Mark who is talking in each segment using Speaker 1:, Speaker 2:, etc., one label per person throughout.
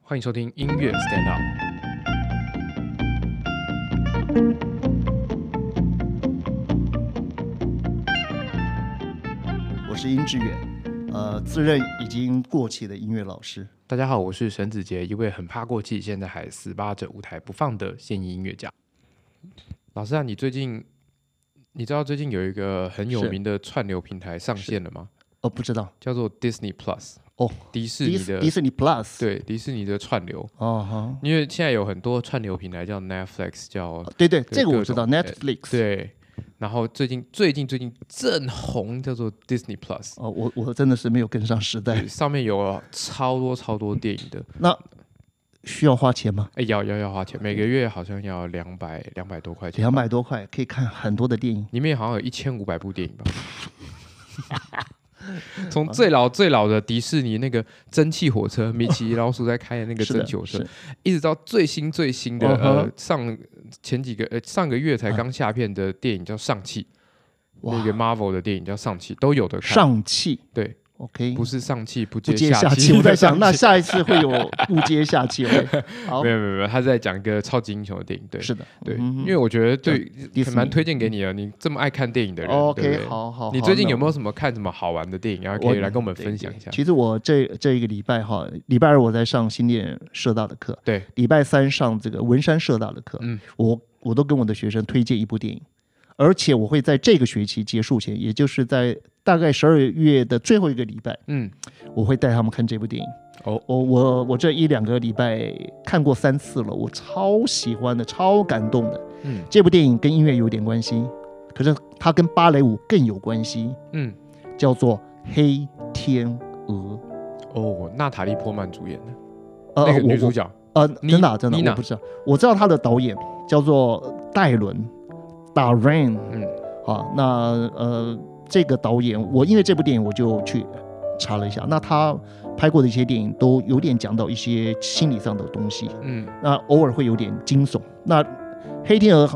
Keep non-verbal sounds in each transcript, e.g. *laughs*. Speaker 1: 欢迎收听音乐 Stand Up。
Speaker 2: 我是殷志远，呃，自认已经过气的音乐老师。
Speaker 1: 大家好，我是沈子杰，一位很怕过气，现在还死扒着舞台不放的现役音乐家。老师啊，你最近你知道最近有一个很有
Speaker 2: 是
Speaker 1: 名的串流平台上线了吗？
Speaker 2: 哦，不知道，
Speaker 1: 叫做 Disney Plus
Speaker 2: 哦，
Speaker 1: 迪士
Speaker 2: 迪
Speaker 1: 尼
Speaker 2: 士
Speaker 1: 的
Speaker 2: 迪士尼 Plus，，
Speaker 1: 对迪士尼的串流，
Speaker 2: 哦哈，
Speaker 1: 因为现在有很多串流平台叫 Netflix 叫
Speaker 2: 哦对对，
Speaker 1: 对
Speaker 2: 这个
Speaker 1: 各
Speaker 2: 我知道
Speaker 1: 种哎
Speaker 2: ，Netflix，，
Speaker 1: 对，然后最近最近最近正红叫做 Disney Plus，
Speaker 2: 哦，我我真的是没有跟上时代，
Speaker 1: 上面有超多超多电影的，
Speaker 2: 需要花钱吗？
Speaker 1: 哎，要要要花钱，
Speaker 2: 嗯
Speaker 1: 每个月好像要两百两百多块钱，
Speaker 2: 两百多块可以看很多的电影，
Speaker 1: 里面好像有一千五百部电影吧。从最老最老的迪士尼那个蒸汽火车，米奇老鼠在开的那个
Speaker 2: 是的
Speaker 1: 蒸汽火车
Speaker 2: 是，
Speaker 1: 一直到最新最新的、
Speaker 2: 嗯哼嗯
Speaker 1: 呃上前几个呃上个月才刚下片的电影叫《上汽》，
Speaker 2: 哇
Speaker 1: 那个 Marvel 的电影叫《上汽》，都有的看。
Speaker 2: 上汽
Speaker 1: 对，
Speaker 2: ，OK，
Speaker 1: 不是上气不
Speaker 2: 不
Speaker 1: 接
Speaker 2: 接下
Speaker 1: 气。
Speaker 2: 气，
Speaker 1: *laughs*
Speaker 2: 我在想，那
Speaker 1: 上气
Speaker 2: 下一次会有不接下气会，好
Speaker 1: 没，有没有没有，他是在讲一个超级英雄的电影，对
Speaker 2: 是的，
Speaker 1: 对，
Speaker 2: 嗯哼
Speaker 1: 因为我觉得对
Speaker 2: 迪
Speaker 1: 很
Speaker 2: 士
Speaker 1: 蛮
Speaker 2: 尼哦
Speaker 1: 推荐给你的，你这么爱看电影的人对不
Speaker 2: OK，
Speaker 1: 对
Speaker 2: 好好，
Speaker 1: 你
Speaker 2: 好
Speaker 1: 最近
Speaker 2: 那
Speaker 1: 有没有什么看什么好玩的电影，然后可以来跟我们分享一下？
Speaker 2: 其实我这这一个礼拜哈，礼拜二我在上新店社大的课，
Speaker 1: 对，
Speaker 2: 礼拜三上这个文山社大的课，
Speaker 1: 嗯，
Speaker 2: 我我都跟我的学生推荐一部电影，而且我会在这个学期结束前，也就是在大概十二月的最后一个礼拜，
Speaker 1: 嗯，
Speaker 2: 我会带他们看这部电影。
Speaker 1: 哦，
Speaker 2: 我我我这一两个礼拜看过三次了，我超喜欢的，超感动的。
Speaker 1: 嗯
Speaker 2: 这部电影跟音乐有点关系，可是它跟芭蕾舞更有关系，
Speaker 1: 嗯，
Speaker 2: 叫做《黑天鹅》。
Speaker 1: 哦，娜塔莉波曼主演的
Speaker 2: 呃，
Speaker 1: 那个女
Speaker 2: 我
Speaker 1: 主
Speaker 2: 我
Speaker 1: 角，
Speaker 2: 呃，
Speaker 1: 妮
Speaker 2: 真的啊真的
Speaker 1: 妮
Speaker 2: 啊，
Speaker 1: 娜
Speaker 2: 我不知道，我知道他的导演叫做戴伦 （Darren）。
Speaker 1: 嗯
Speaker 2: 好，那呃，这个导演，我因为这部电影我就去查了一下，那他拍过的一些电影都有点讲到一些心理上的东西，
Speaker 1: 嗯
Speaker 2: 那偶尔会有点惊悚。那《黑天鹅》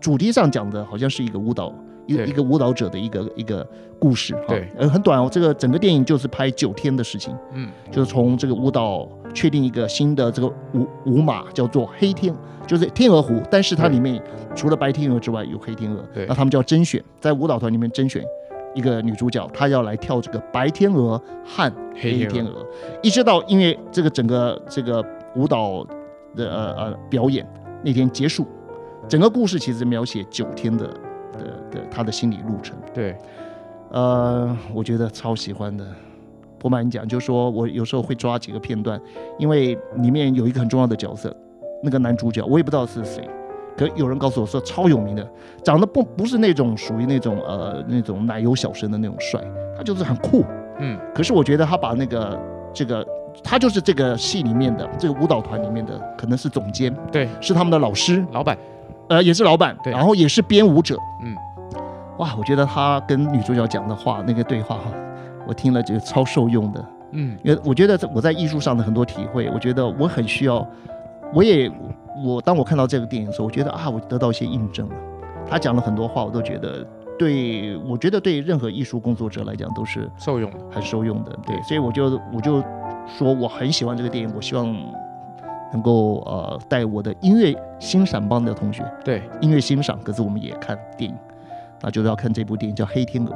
Speaker 2: 主题上讲的好像是一个舞蹈。一
Speaker 1: 对
Speaker 2: 一个舞蹈者的一个一个故事，哈
Speaker 1: 对，
Speaker 2: 呃，很短哦。这个整个电影就是拍九天的事情，
Speaker 1: 嗯，
Speaker 2: 就是从这个舞蹈确定一个新的这个舞舞码，叫做黑天，就是天鹅湖。但是它
Speaker 1: 对
Speaker 2: 里面除了白天鹅之外，有黑天鹅
Speaker 1: 对。
Speaker 2: 那他们就要甄选，在舞蹈团里面甄选一个女主角，她要来跳这个白天鹅和
Speaker 1: 黑
Speaker 2: 黑
Speaker 1: 天
Speaker 2: 天
Speaker 1: 鹅，
Speaker 2: 鹅。一直到因为这个整个这个舞蹈的呃呃表演那天结束，整个故事其实描写九天的的的她的心理路程。
Speaker 1: 对，
Speaker 2: 呃，我觉得超喜欢的。不瞒你讲，就是说我有时候会抓几个片段，因为里面有一个很重要的角色，那个男主角我也不知道是谁，可有人告诉我说超有名的，长得不不是那种属于那种呃那种奶油小生的那种帅，他就是很酷。
Speaker 1: 嗯，
Speaker 2: 可是我觉得他把那个这个他就是这个戏里面的这个舞蹈团里面的可能是总监，
Speaker 1: 对，
Speaker 2: 是他们的老师，
Speaker 1: 老板，
Speaker 2: 呃，也是老板，
Speaker 1: 对
Speaker 2: 然后也是编舞者。
Speaker 1: 嗯，
Speaker 2: 哇，我觉得他跟女主角讲的话，那个对话哈，我听了觉得超受用的。
Speaker 1: 嗯
Speaker 2: 因为我觉得我在艺术上的很多体会，我觉得我很需要，我也我当我看到这个电影的时候，我觉得啊，我得到一些印证了。他讲了很多话，我都觉得对，我觉得对任何艺术工作者来讲都是
Speaker 1: 受用的，
Speaker 2: 很受用的。对
Speaker 1: 对，
Speaker 2: 所以我就我就说我很喜欢这个电影，我希望能够呃带我的音乐欣赏帮的同学
Speaker 1: 对，
Speaker 2: 音乐欣赏，可是我们也看电影，那就是要看这部电影叫《黑天鹅》。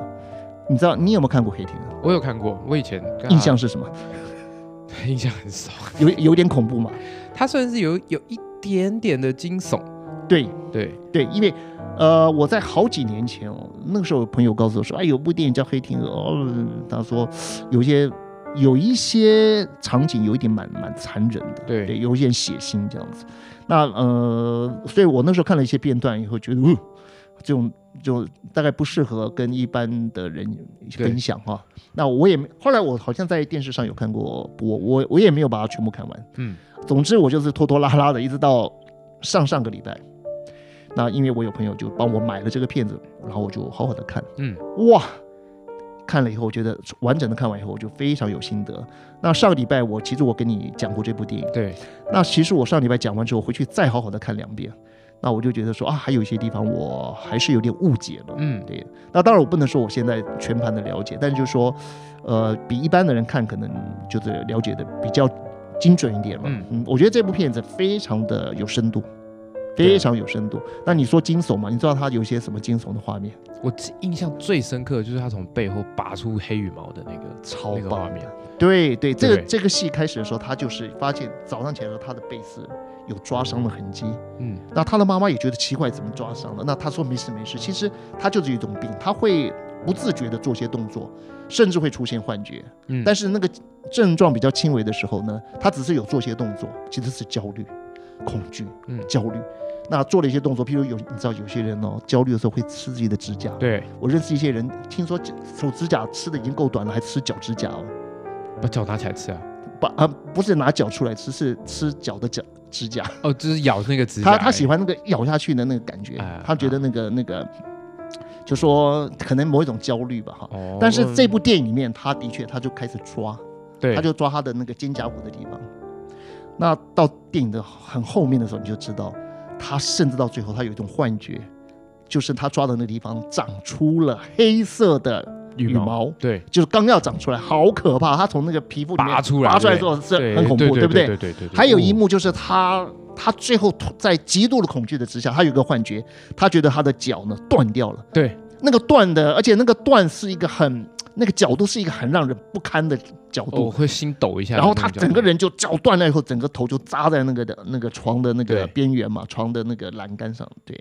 Speaker 2: 你知道你有没有看过《黑天鹅
Speaker 1: 我有看过，我以前跟》？他
Speaker 2: 印象是什么？
Speaker 1: *laughs* 印象很少，
Speaker 2: 有有点恐怖嘛？
Speaker 1: 它虽然是有有一点点的惊悚，
Speaker 2: 对
Speaker 1: 对，
Speaker 2: 对，因为呃，我在好几年前哦，那个时候有朋友告诉我说，哎，有部电影叫《黑天鹅》，哦，他说有一些有一些场景有一点蛮蛮残忍的，
Speaker 1: 对
Speaker 2: 有一点血腥这样子。那呃，所以我那时候看了一些片段以后，觉得，呃、这种就大概不适合跟一般的人
Speaker 1: 对
Speaker 2: 分享哈、那我也没，后来我好像在电视上有看过播，我我也没有把它全部看完。
Speaker 1: 嗯，
Speaker 2: 总之我就是拖拖拉拉的，一直到上上个礼拜。那因为我有朋友就帮我买了这个片子，然后我就好好的看，
Speaker 1: 嗯，
Speaker 2: 哇，看了以后我觉得完整的看完以后，我就非常有心得。那上个礼拜我其实我跟你讲过这部电影，
Speaker 1: 对，
Speaker 2: 那其实我上礼拜讲完之后回去再好好的看两遍，那我就觉得说啊，还有一些地方我还是有点误解了。
Speaker 1: 嗯
Speaker 2: 对，那当然我不能说我现在全盘的了解，但是就是说，呃，比一般的人看可能就是了解的比较精准一点嘛。
Speaker 1: 嗯
Speaker 2: 嗯，我觉得这部片子非常的有深度，非常有深度。那你说惊悚嘛？你知道它有一些什么惊悚的画面？
Speaker 1: 我记印象最深刻的就是他从背后拔出黑羽毛的那个
Speaker 2: 超
Speaker 1: 那个
Speaker 2: 棒
Speaker 1: 画
Speaker 2: 的
Speaker 1: 面。
Speaker 2: 对对，这个
Speaker 1: 对
Speaker 2: 这个戏开始的时候，他就是发现早上起来的时候，他的背是有抓伤的痕迹。
Speaker 1: 嗯，
Speaker 2: 那他的妈妈也觉得奇怪，怎么抓伤了？那他说没事没事，其实他就是一种病，他会不自觉的做些动作，甚至会出现幻觉。
Speaker 1: 嗯
Speaker 2: 但是那个症状比较轻微的时候呢，他只是有做些动作，其实是焦虑、恐惧、
Speaker 1: 嗯
Speaker 2: 焦虑。那做了一些动作，譬如有你知道有些人哦，焦虑的时候会吃自己的指甲。
Speaker 1: 对，
Speaker 2: 我认识一些人，听说手指甲吃的已经够短了，还吃脚指甲哦。
Speaker 1: 把脚拿起来吃啊。
Speaker 2: 把啊、不是拿脚出来吃，是吃脚的脚指甲。
Speaker 1: 哦，就是咬那个指甲而哎
Speaker 2: 他
Speaker 1: 已。
Speaker 2: 他喜欢那个咬下去的那个感觉，
Speaker 1: 哎
Speaker 2: 他觉得那个、那个，就说可能某一种焦虑吧哈。
Speaker 1: 哦。
Speaker 2: 但是这部电影里面，他的确他就开始抓，
Speaker 1: 对，
Speaker 2: 他就抓他的那个肩胛骨的地方。那到电影的很后面的时候，你就知道，他甚至到最后他有一种幻觉，就是他抓的那个地方长出了黑色的，
Speaker 1: 羽
Speaker 2: 羽毛
Speaker 1: 对，
Speaker 2: 就是刚要长出来，好可怕！他从那个皮肤里面
Speaker 1: 拔出来，
Speaker 2: 拔出来
Speaker 1: 对
Speaker 2: 之后是
Speaker 1: 对
Speaker 2: 很恐怖，
Speaker 1: 对
Speaker 2: 不
Speaker 1: 对？对对对。对
Speaker 2: 还有一
Speaker 1: 哦
Speaker 2: 幕就是他，他最后突在极度的恐惧的之下，他有一个幻觉，他觉得他的脚呢断掉了，
Speaker 1: 对
Speaker 2: 那个断的，而且那个断是一个很那个角度是一个很让人不堪的角
Speaker 1: 哦我
Speaker 2: 度，
Speaker 1: 会心抖一下。
Speaker 2: 然后他
Speaker 1: 那种
Speaker 2: 整个人就脚断了以后，整个头就扎在那个的那个床的那个
Speaker 1: 对
Speaker 2: 边缘嘛，床的那个栏杆上，对，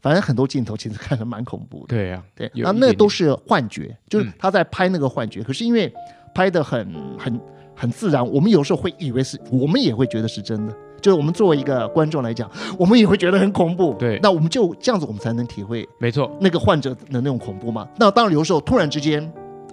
Speaker 2: 反正很多镜头其实看着蛮恐怖的，
Speaker 1: 对啊，
Speaker 2: 对，
Speaker 1: 有
Speaker 2: 那
Speaker 1: 一
Speaker 2: 那
Speaker 1: 点
Speaker 2: 都
Speaker 1: 点
Speaker 2: 是幻觉，就是
Speaker 1: 嗯
Speaker 2: 他在拍那个幻觉，可是因为拍的很很很自然，我们有时候会以为是，我们也会觉得是真的。就是我们作为一个观众来讲，我们也会觉得很恐怖。
Speaker 1: 对
Speaker 2: 那我们就这样子，我们才能体会
Speaker 1: 没错，
Speaker 2: 那个患者的那种恐怖嘛。那当然，有时候突然之间，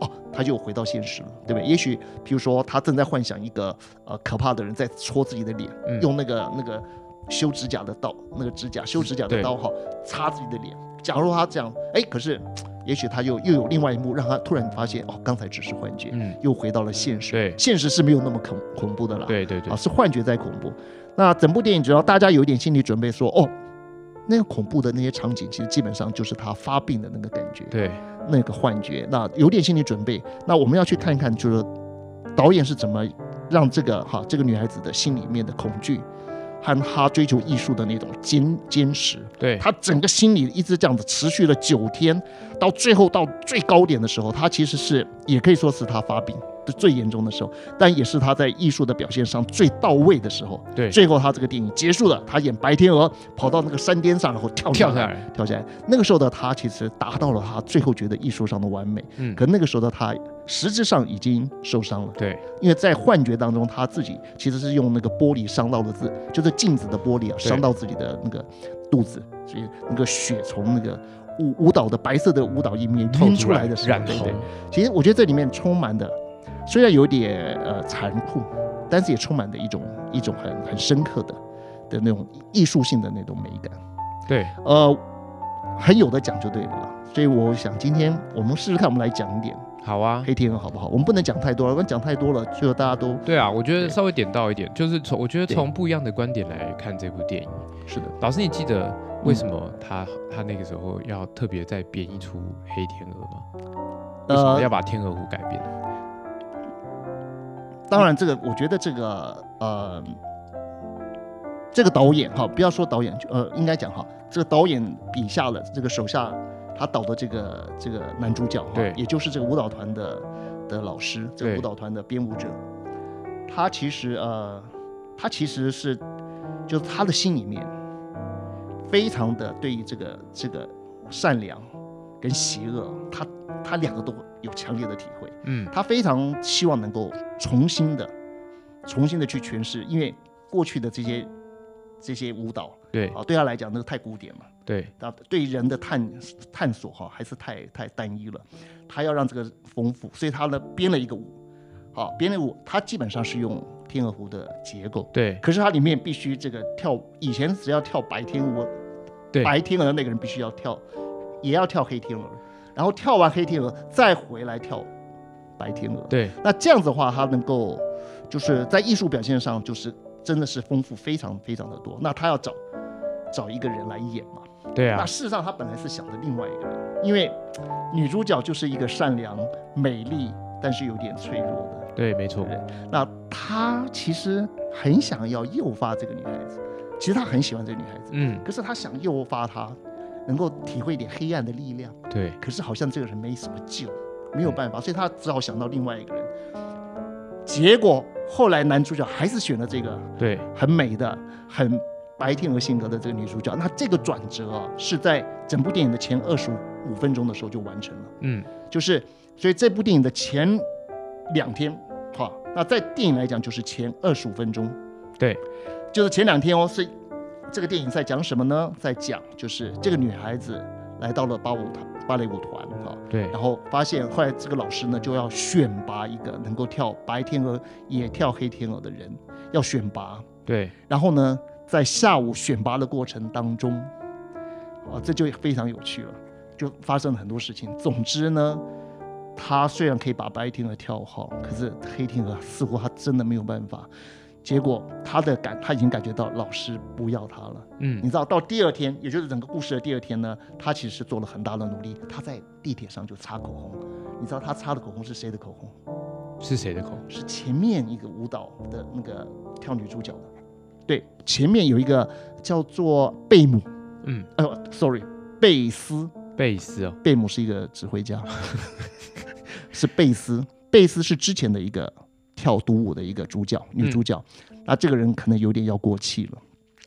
Speaker 2: 哦，他就回到现实了，对不对？也许，比如说他正在幻想一个呃可怕的人在戳自己的脸，
Speaker 1: 嗯
Speaker 2: 用那个那个修指甲的刀，那个指甲修指甲的
Speaker 1: 对
Speaker 2: 刀哈，插自己的脸。假如他这样，哎，可是，也许他又又有另外一幕，让他突然发现，哦，刚才只是幻觉，
Speaker 1: 嗯，
Speaker 2: 又回到了现实。
Speaker 1: 对
Speaker 2: 现实是没有那么恐恐怖的啦。
Speaker 1: 对对对
Speaker 2: 啊，，是幻觉在恐怖。那整部电影只要大家有一点心理准备说，哦，那个恐怖的那些场景，其实基本上就是他发病的那个感觉，
Speaker 1: 对，
Speaker 2: 那个幻觉。那有点心理准备，那我们要去看看，就是导演是怎么让这个哈这个女孩子的心里面的恐惧和她追求艺术的那种坚坚持，
Speaker 1: 对，
Speaker 2: 她整个心里一直这样子持续了九天，到最后到最高点的时候，她其实是也可以说是她发病的最严重的时候，但也是她在艺术的表现上最到位的时候。
Speaker 1: 对
Speaker 2: 最后她这个电影结束了，她演白天鹅跑到那个山巅上，然后跳
Speaker 1: 跳
Speaker 2: 下
Speaker 1: 下
Speaker 2: 来。
Speaker 1: 来，
Speaker 2: 跳下来，那个时候的她其实达到了她最后觉得艺术上的完美，
Speaker 1: 嗯，
Speaker 2: 可那个时候的她实质上已经受伤了，
Speaker 1: 对
Speaker 2: 因为在幻觉当中，她自己其实是用那个玻璃伤到了自，就是镜子的玻璃啊，伤到自己的那个肚子，所以那个血从那个舞舞蹈的白色的舞蹈一面
Speaker 1: 透
Speaker 2: 晕出来的时候
Speaker 1: 染，
Speaker 2: 对
Speaker 1: 红
Speaker 2: 对。，其实我觉得这里面充满的，虽然有点呃残酷，但是也充满的一种一种很很深刻的的那种艺术性的那种美感。
Speaker 1: 对，
Speaker 2: 呃，很有的讲就对了啦。所以我想今天我们试试看，我们来讲一点
Speaker 1: 好啊，
Speaker 2: 黑天鹅好不好？我们不能讲太多了，我们讲太多了，最后大家都
Speaker 1: 对啊，我觉
Speaker 2: 嗯对
Speaker 1: 得稍微点到一点，就是从我觉得
Speaker 2: 对
Speaker 1: 从不一样的观点来看这部电影。
Speaker 2: 是的，
Speaker 1: 老师，你记得为什么
Speaker 2: 嗯
Speaker 1: 他他那个时候要特别再编一出黑天鹅吗？为什么
Speaker 2: 呃
Speaker 1: 要，把天鹅湖改编？
Speaker 2: 当然这个我觉得这个呃，这个导演哈，不要说导演，就呃，应该讲哈，这个导演笔下的这个手下他导的这个这个男主角哈，
Speaker 1: 对
Speaker 2: 也就是这个舞蹈团的的老师，这个
Speaker 1: 对
Speaker 2: 舞蹈团的编舞者，他其实呃，他其实是就是他的心里面非常的对于这个这个善良跟邪恶，他他两个都有强烈的体会。
Speaker 1: 嗯，
Speaker 2: 他非常希望能够重新的、重新的去诠释，因为过去的这些这些舞蹈
Speaker 1: 对
Speaker 2: 啊，对他来讲那个太古典了，
Speaker 1: 对
Speaker 2: 那对人的探探索哈、还是太太单一了。他要让这个丰富，所以他呢编了一个舞，好、编了一个舞，他基本上是用天鹅湖的结构，
Speaker 1: 对
Speaker 2: 可是它里面必须这个跳，以前只要跳白天鹅，
Speaker 1: 对
Speaker 2: 白天鹅那个人必须要跳，也要跳黑天鹅，然后跳完黑天鹅再回来跳白天鹅。
Speaker 1: 对
Speaker 2: 那这样子的话，它能够就是在艺术表现上，就是真的是丰富非常非常的多。那他要找找一个人来演嘛？
Speaker 1: 对啊
Speaker 2: 那，事实上他本来是想的另外一个人，因为女主角就是一个善良、美丽，但是有点脆弱的。
Speaker 1: 对，没错，
Speaker 2: 那他其实很想要诱发这个女孩子，其实他很喜欢这个女孩子，
Speaker 1: 嗯，
Speaker 2: 可是他想诱发她，能够体会一点黑暗的力量。
Speaker 1: 对，
Speaker 2: 可是好像这个人没什么救，没有办法，所以他只好想到另外一个人。结果后来男主角还是选了这个
Speaker 1: 对，
Speaker 2: 很美的、很白天鹅性格的这个女主角。那这个转折啊，是在整部电影的前二十五分钟的时候就完成了。
Speaker 1: 嗯，
Speaker 2: 就是所以这部电影的前两天，哈，那在电影来讲就是前二十五分钟，
Speaker 1: 对，
Speaker 2: 就是前两天哦。所以这个电影在讲什么呢？在讲就是这个女孩子来到了芭舞团芭蕾舞团哈，
Speaker 1: 对，
Speaker 2: 然后发现后来这个老师呢就要选拔一个能够跳白天鹅也跳黑天鹅的人，要选拔，
Speaker 1: 对，
Speaker 2: 然后呢在下午选拔的过程当中，啊，这就非常有趣了，就发生了很多事情。总之呢。他虽然可以把白天鹅跳好，可是黑天鹅似乎他真的没有办法。结果他的感他已经感觉到老师不要他了，你
Speaker 1: 嗯，
Speaker 2: 知道，到第二天，也就是整个故事的第二天呢，他其实是做了很大的努力。他在地铁上就擦口红，你知道他擦的口红是谁的口红？
Speaker 1: 是谁的口？
Speaker 2: 是前面一个舞蹈的那个跳女主角的。对，前面有一个叫做贝姆，
Speaker 1: 嗯，
Speaker 2: 呃，sorry，贝斯，
Speaker 1: 贝斯哦，
Speaker 2: 贝姆是一个指挥家，是贝斯，贝斯是之前的一个跳独舞的一个主角，女主角。那这个人可能有点要过气了。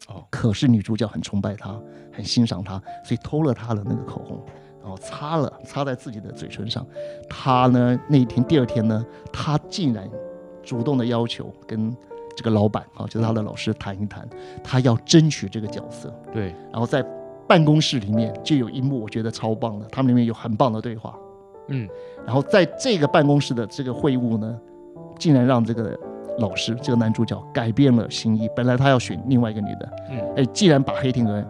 Speaker 1: 哦，
Speaker 2: 可是女主角很崇拜他，很欣赏他，所以偷了他的那个口红，然后擦了，擦在自己的嘴唇上。他呢，那一天第二天呢，他竟然主动的要求跟这个老板啊，就是他的老师谈一谈，他要争取这个角色。
Speaker 1: 对，
Speaker 2: 然后在办公室里面就有一幕，我觉得超棒的，他们里面有很棒的对话。
Speaker 1: 嗯，
Speaker 2: 然后在这个办公室的这个会晤呢，竟然让这个老师，这个男主角改变了心意。本来他要选另外一个女的，
Speaker 1: 嗯，
Speaker 2: 哎，既然把黑天鹅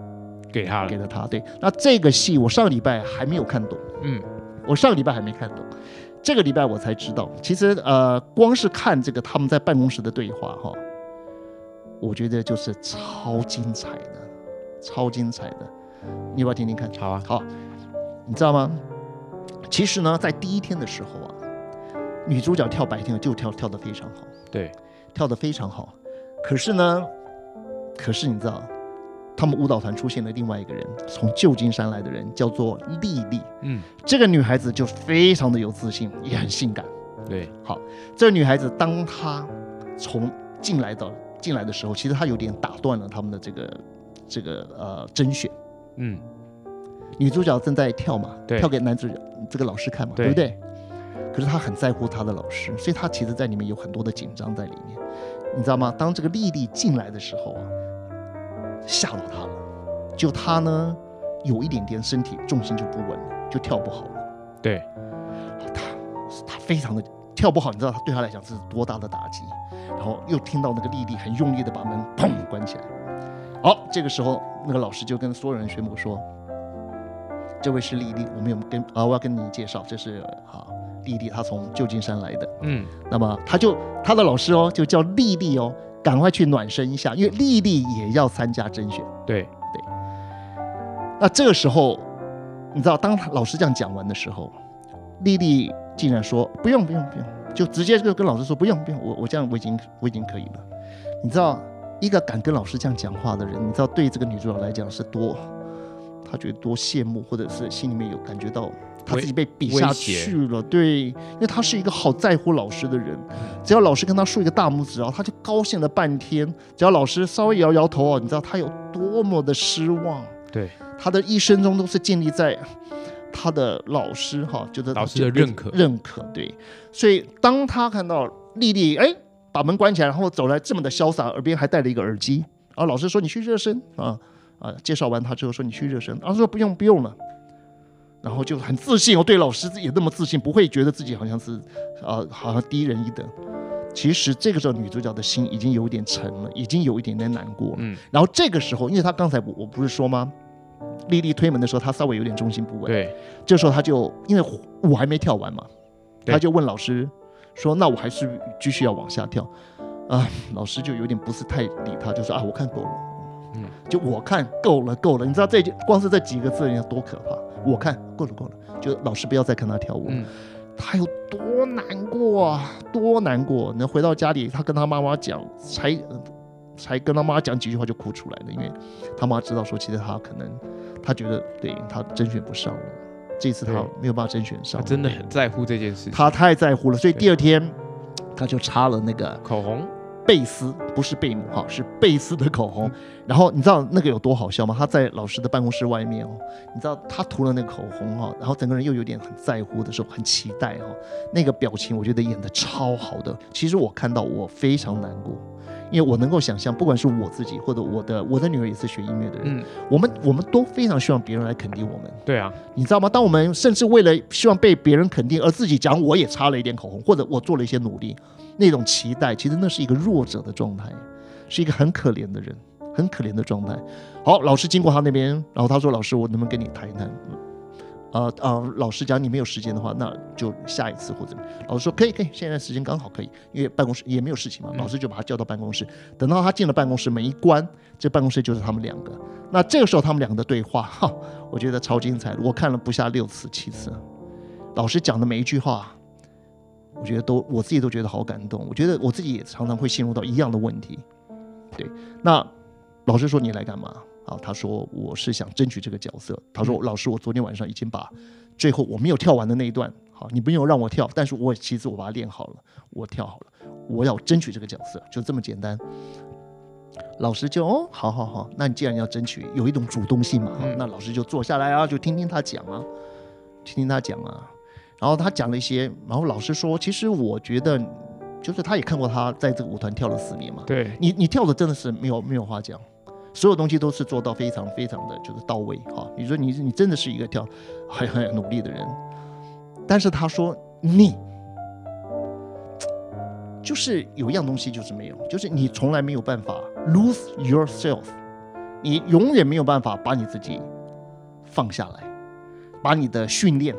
Speaker 1: 给他
Speaker 2: 给
Speaker 1: 了，
Speaker 2: 了他，对，那这个戏我上礼拜还没有看懂，
Speaker 1: 嗯，
Speaker 2: 我上礼拜还没看懂，这个礼拜我才知道，其实呃，光是看这个他们在办公室的对话哈，我觉得就是超精彩的，超精彩的，你要不要听听看？
Speaker 1: 好啊，
Speaker 2: 好，你知道吗？其实呢，在第一天的时候啊，女主角跳白天鹅就跳跳得非常好，
Speaker 1: 对，
Speaker 2: 跳得非常好。可是呢，可是你知道，他们舞蹈团出现了另外一个人，从旧金山来的人，叫做丽丽。
Speaker 1: 嗯，
Speaker 2: 这个女孩子就非常的有自信，也很性感。
Speaker 1: 对，
Speaker 2: 这个女孩子当她从进来的进来的时候，其实她有点打断了他们的这个这个呃甄选。
Speaker 1: 嗯，
Speaker 2: 女主角正在跳嘛，
Speaker 1: 对
Speaker 2: 跳给男主角这个老师看嘛，
Speaker 1: 对
Speaker 2: 对不对？可是她很在乎她的老师，所以她其实在里面有很多的紧张在里面，你知道吗？当这个丽丽进来的时候啊，吓到她了，就她呢有一点点身体重心就不稳了，就跳不好了，
Speaker 1: 对，
Speaker 2: 她非常的跳不好，你知道她对她来讲是多大的打击？然后又听到那个丽丽很用力的把门砰关起来，好，这个时候那个老师就跟所有人宣布说。这位是丽丽，我们有跟啊，我要跟你介绍，这是啊丽丽，她从旧金山来的。
Speaker 1: 嗯，
Speaker 2: 那么她就她的老师哦，就叫丽丽哦，赶快去暖身一下，因为丽丽也要参加甄选。
Speaker 1: 对，
Speaker 2: 那这个时候，你知道，当老师这样讲完的时候，丽丽竟然说不用不用不用，就直接就跟老师说不用不用，我我这样我已经我已经可以了。你知道，一个敢跟老师这样讲话的人，你知道对这个女主角来讲是多，她觉得多羡慕，或者是心里面有感觉到她自己被比
Speaker 1: 威
Speaker 2: 下
Speaker 1: 胁
Speaker 2: 去了。对，因为她是一个好在乎老师的人，只要老师跟她竖一个大拇指啊，她就高兴了半天；只要老师稍微摇摇头哦，你知道她有多么的失望。
Speaker 1: 对，
Speaker 2: 他的一生中都是建立在他的老师哈，就是
Speaker 1: 老师的认可
Speaker 2: 认可对。所以当他看到丽丽哎把门关起来，然后走来这么的潇洒，耳边还戴了一个耳机，然后老师说你去热身啊啊，介绍完他之后说你去热身，然后说不用不用了。然后就很自信，我对老师也那么自信，不会觉得自己好像是，呃，好像低人一等。其实这个时候女主角的心已经有点沉了，已经有一点点难过了。
Speaker 1: 嗯，
Speaker 2: 然后这个时候，因为他刚才我我不是说吗？丽丽推门的时候，她稍微有点重心不稳。
Speaker 1: 对，
Speaker 2: 这时候她就因为舞还没跳完嘛，
Speaker 1: 对
Speaker 2: 她就问老师说：“那我还是继续要往下跳？”啊，老师就有点不是太理她，就说：“啊，我看够了。”
Speaker 1: 嗯，
Speaker 2: 就我看够了，够了。你知道这句光是这几个字，人家多可怕！我看够了，够了。就老师不要再看她跳舞了。
Speaker 1: 嗯，
Speaker 2: 他有多难过啊，多难过！那回到家里，他跟他妈妈讲，才呃才跟他妈讲几句话就哭出来了，因为他妈知道说，其实他可能他觉得对他甄选不上了，这次他
Speaker 1: 对
Speaker 2: 没有办法甄选
Speaker 1: 他
Speaker 2: 上，
Speaker 1: 真的很在乎这件事情。
Speaker 2: 他太在乎了，所以
Speaker 1: 对
Speaker 2: 第二天他就擦了那个
Speaker 1: 口红，
Speaker 2: 贝斯，不是贝母哈，是贝斯的口
Speaker 1: 嗯
Speaker 2: 红。然后你知道那个有多好笑吗？他在老师的办公室外面哦，你知道他涂了那个口红哈，然后整个人又有点很在乎的时候，很期待哦，那个表情我觉得演的超好的。其实我看到我非常难过。因为我能够想象，不管是我自己或者我的我的女儿也是学音乐的人，
Speaker 1: 嗯，
Speaker 2: 我们我们都非常希望别人来肯定我们，
Speaker 1: 对啊，
Speaker 2: 你知道吗？当我们甚至为了希望被别人肯定，而自己讲我也擦了一点口红，或者我做了一些努力，那种期待，其实那是一个弱者的状态，是一个很可怜的人，很可怜的状态。好，老师经过他那边，然后他说：“老师，我能不能跟你谈一谈？”嗯呃呃，老师讲你没有时间的话，那就下一次或怎么样。老师说可以可以，现在时间刚好可以，因为办公室也没有事情嘛。
Speaker 1: 嗯
Speaker 2: 老师就把他叫到办公室，等到他进了办公室，门一关，这办公室就是他们两个。那这个时候他们两个的对话，哈，我觉得超精彩的，我看了不下六次七次。老师讲的每一句话，我觉得都我自己都觉得好感动。我觉得我自己也常常会陷入到一样的问题。对，那老师说你来干嘛？啊，他说我是想争取这个角色。他说老师，我昨天晚上已经把最后我没有跳完的那一段，好，你不用让我跳，但是我其实我把它练好了，我跳好了，我要争取这个角色，就这么简单。老师就哦，好好好，那你既然要争取，有一种主动性嘛，
Speaker 1: 嗯
Speaker 2: 那老师就坐下来啊，就听听他讲啊，听听他讲啊，然后他讲了一些，然后老师说，其实我觉得，就是他也看过他在这个舞团跳了四年嘛，
Speaker 1: 对，
Speaker 2: 你你跳的真的是没有没有话讲，所有东西都是做到非常非常的就是到位哈。你说你你真的是一个跳很很努力的人，但是他说你就是有一样东西就是没有，就是你从来没有办法 lose yourself，你永远没有办法把你自己放下来，把你的训练，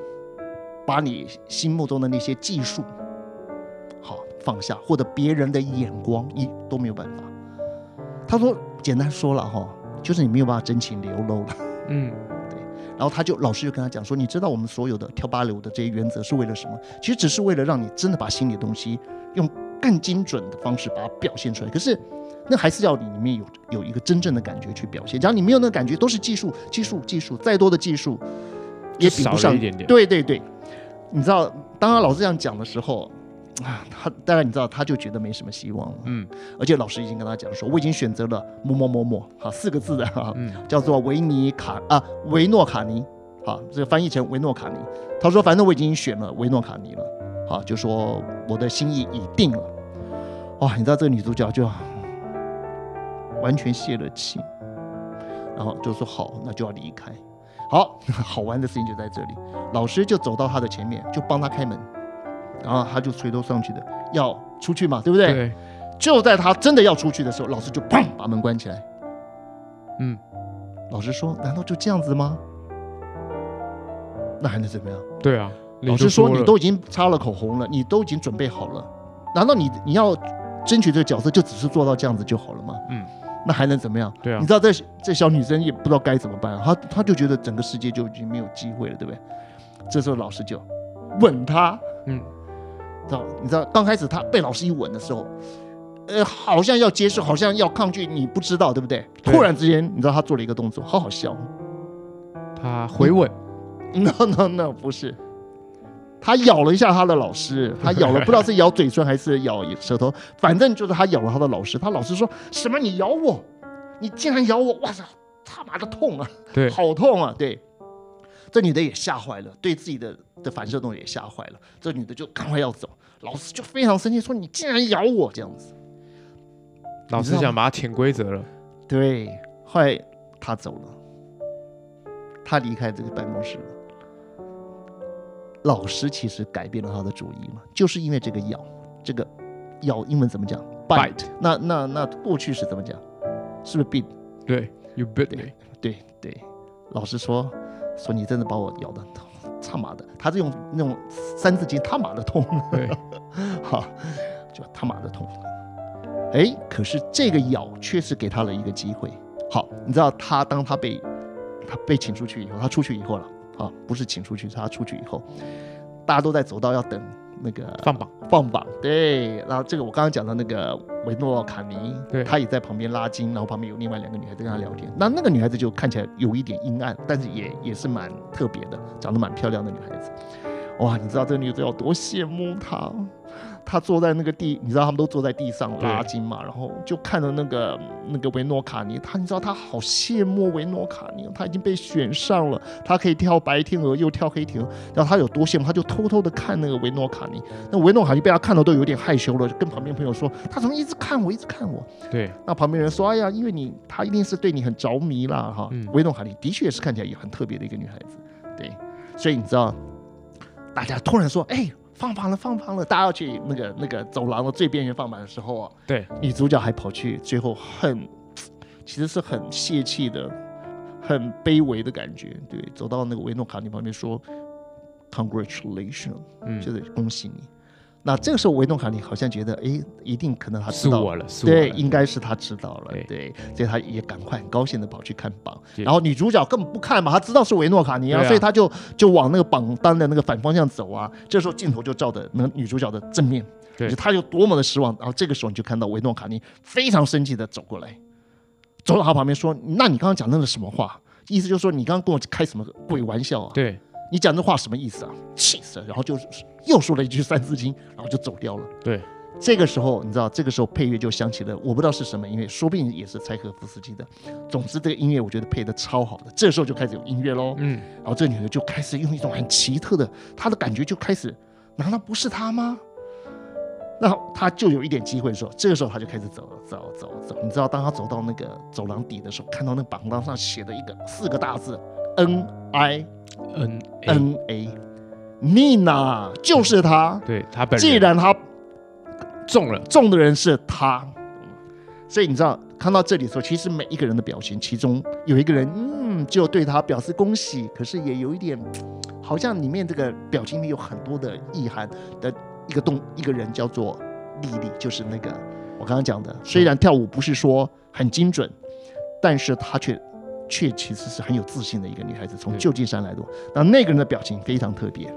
Speaker 2: 把你心目中的那些技术，好放下，或者别人的眼光，你都没有办法。他说，简单说了哈，就是你没有办法真情流露了。 *laughs*
Speaker 1: 嗯，
Speaker 2: 然后他就老师就跟他讲说，你知道我们所有的跳芭蕾舞的这些原则是为了什么？其实只是为了让你真的把心里的东西用更精准的方式把它表现出来。可是那还是要你里面有有一个真正的感觉去表现。假如你没有那个感觉，都是技术、技术、技术，再多的技术也比不
Speaker 1: 少了
Speaker 2: 上
Speaker 1: 一点点
Speaker 2: 对对对，你知道，当他老师这样讲的时候。啊，他当然你知道，他就觉得没什么希望了。
Speaker 1: 嗯，
Speaker 2: 而且老师已经跟他讲说，我已经选择了某某某某，哈，四个字的哈，
Speaker 1: 嗯
Speaker 2: 叫做维尼卡啊维诺卡尼，啊，这个翻译成维诺卡尼。他说反正我已经选了维诺卡尼了，啊，就说我的心意已定了。哇、你知道这个女主角就完全泄了气，然后就说好，那就要离开。好， *laughs* 好玩的事情就在这里，老师就走到他的前面，就帮他开门，然后他就垂头丧气的要出去嘛，对不对？
Speaker 1: 对，
Speaker 2: 就在他真的要出去的时候，老师就砰把门关起来。
Speaker 1: 嗯，
Speaker 2: 老师说：“难道就这样子吗？那还能怎么样？”
Speaker 1: 对啊，
Speaker 2: 老
Speaker 1: 师
Speaker 2: 师说：“你
Speaker 1: 了
Speaker 2: 都已经擦了口红了，你都已经准备好了，难道你你要争取这个角色就只是做到这样子就好了吗？
Speaker 1: 嗯，
Speaker 2: 那还能怎么样？
Speaker 1: 对啊
Speaker 2: 你知道这这小女生也不知道该怎么办，啊她她就觉得整个世界就已经没有机会了，对不对？这时候老师就吻她，
Speaker 1: 嗯，
Speaker 2: 知道你知道刚开始她被老师一吻的时候，呃，好像要接受，好像要抗拒，你不知道对不对？
Speaker 1: 对
Speaker 2: 突然之间，你知道她做了一个动作，好好笑。 *laughs*
Speaker 1: 他回吻，
Speaker 2: No no no，不是，他咬了一下他的老师，他咬了不知道是咬嘴唇还是咬舌头，反正就是他咬了他的老师。他老师说什么？你咬我，你竟然咬我！哇塞，他妈的痛啊，
Speaker 1: 对，
Speaker 2: 好痛啊！对，这女的也吓坏了，对自己的的反射动作也吓坏了。这女的就赶快要走，老师就非常生气，说你竟然咬我这样子。
Speaker 1: 老
Speaker 2: 你知
Speaker 1: 师
Speaker 2: 道
Speaker 1: 想
Speaker 2: 吗
Speaker 1: 把他潜规则了，
Speaker 2: 对，后来他走了，他离开这个办公室了。老师其实改变了他的主意嘛，就是因为这个咬，这个咬英文怎么讲
Speaker 1: Bite
Speaker 2: 那那那过去是怎么讲？是不是 bit？
Speaker 1: 对，You bit
Speaker 2: 对
Speaker 1: me，
Speaker 2: 对对，老师说说你真的把我咬的痛，他妈的，他是用那种三字经他妈的痛。 *laughs*
Speaker 1: 对，
Speaker 2: 哈，就他妈的痛苦。哎，可是这个咬确实给他了一个机会。好，你知道他当他被他被请出去以后，他出去以后了啊，不是请出去，是他出去以后，大家都在走到要等那个
Speaker 1: 放榜，
Speaker 2: 放榜。对，然后这个我刚刚讲到那个维诺卡尼
Speaker 1: 对，
Speaker 2: 她也在旁边拉筋，然后旁边有另外两个女孩子跟她聊天。那那个女孩子就看起来有一点阴暗，但是也也是蛮特别的，长得蛮漂亮的女孩子。哇，你知道这个女的有多羡慕她？她坐在那个地，你知道他们都坐在地上
Speaker 1: 对
Speaker 2: 拉筋嘛，然后就看着那个那个维诺卡尼，她你知道她好羡慕维诺卡尼，她已经被选上了，她可以跳白天鹅又跳黑天鹅，然后她有多羡慕，她就偷偷的看那个维诺卡尼，那维诺卡尼被她看到都有点害羞了，就跟旁边朋友说，她怎么一直看我，一直看我，
Speaker 1: 对，
Speaker 2: 那旁边人说：“哎呀，因为你她一定是对你很着迷啦，哈。
Speaker 1: 嗯
Speaker 2: 维诺卡利的确是看起来也很特别的一个女孩子，对，所以你知道，大家突然说：“哎，放榜了，放榜了！”大家要去那个那个走廊的最边缘放榜的时候啊，
Speaker 1: 对，
Speaker 2: 女主角还跑去，最后很其实是很泄气的，很卑微的感觉，对，走到那个维诺卡利旁边说：“Congratulations，、
Speaker 1: 嗯，
Speaker 2: 就是恭喜你。”那这个时候，维诺卡利好像觉得，哎，一定可能他
Speaker 1: 是
Speaker 2: 知道
Speaker 1: 我了，是我
Speaker 2: 对，
Speaker 1: 了
Speaker 2: 应该是他知道了，
Speaker 1: 对
Speaker 2: 对，所以他也赶快很高兴的跑去看榜，
Speaker 1: 对
Speaker 2: 然后女主角根本不看嘛，她知道是维诺卡尼啊，
Speaker 1: 对啊
Speaker 2: 所以她就就往那个榜单的那个反方向走啊，这时候镜头就照的那个女主角的正面，
Speaker 1: 对
Speaker 2: 她有多么的失望，然后这个时候你就看到维诺卡尼非常生气的走过来，走到她旁边说：“那你刚刚讲那个什么话？”意思就是说，你刚刚跟我开什么鬼玩笑啊？
Speaker 1: 对，
Speaker 2: 你讲这话什么意思啊？气死了！然后就又说了一句《三字经》，然后就走掉了。
Speaker 1: 对，
Speaker 2: 这个时候，你知道，这个时候配乐就响起了，我不知道是什么音乐，说不定也是柴可夫斯基的。总之，这个音乐我觉得配的超好的。这时候就开始有音乐喽，
Speaker 1: 嗯，
Speaker 2: 然后这女的就开始用一种很奇特的，她的感觉就开始，难道不是她吗？那她就有一点机会的时候，这个时候她就开始走走走走。你知道，当她走到那个走廊底的时候，看到那个榜单上写的一个四个大字 N I
Speaker 1: 嗯
Speaker 2: N A，妮娜就是她。
Speaker 1: 对他本人
Speaker 2: 既然她
Speaker 1: 中了，
Speaker 2: 中的人是他。所以你知道，看到这里的时候，其实每一个人的表情，其中有一个人，嗯，就对他表示恭喜，可是也有一点，好像里面这个表情里有很多的意涵的一个动一个人叫做丽丽，就是那个我刚刚讲的，虽然跳舞不是说很精准，但是她却却其实是很有自信的一个女孩子，从
Speaker 1: 对
Speaker 2: 旧金山来的。那那个人的表情非常特别，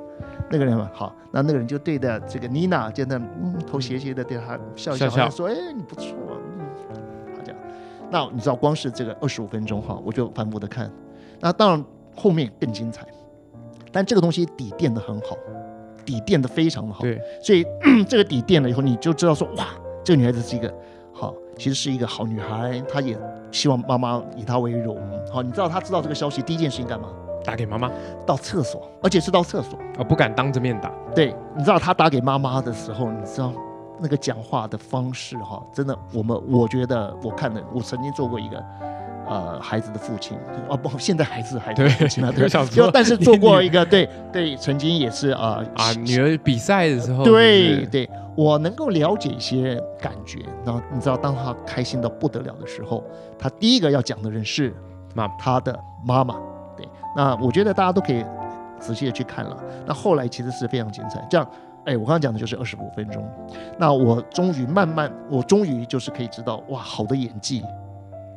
Speaker 2: 那个人嘛好，那那个人就对着这个妮娜，就那嗯头斜斜的对她笑一笑，
Speaker 1: 笑笑
Speaker 2: 好像说：“哎，你不错，嗯，好这样。”那你知道，光是这个二十五分钟哈，我就反复的看。那当然后面更精彩，但这个东西底垫的很好，底垫的非常的好。
Speaker 1: 对，
Speaker 2: 所以嗯这个底垫了以后，你就知道说，哇，这个女孩子是一个好，其实是一个好女孩，她也希望妈妈以她为荣。好，你知道她知道这个消息，第一件事情干嘛？
Speaker 1: 打给妈妈，
Speaker 2: 到厕所，而且是到厕所。
Speaker 1: 啊，不敢当着面打，
Speaker 2: 对，你知道她打给妈妈的时候，你知道那个讲话的方式哈，真的，我们我觉得我看了，我曾经做过一个。呃，孩子的父亲哦不，现在还是孩子的
Speaker 1: 对
Speaker 2: 父亲啊，对
Speaker 1: *laughs* 我想，说
Speaker 2: 就但是做过
Speaker 1: 你
Speaker 2: 一个对对，曾经也是呃
Speaker 1: 啊，女儿比赛的时候，
Speaker 2: 对
Speaker 1: 哦是
Speaker 2: 对，我能够了解一些感觉。然后你知道，当他开心到不得了的时候，他第一个要讲的人是
Speaker 1: 妈妈
Speaker 2: 他的妈妈。对，那我觉得大家都可以仔细的去看了。那后来其实是非常精彩。这样，哎，我刚刚讲的就是二十五分钟。那我终于慢慢，我终于就是可以知道，哇，好的演技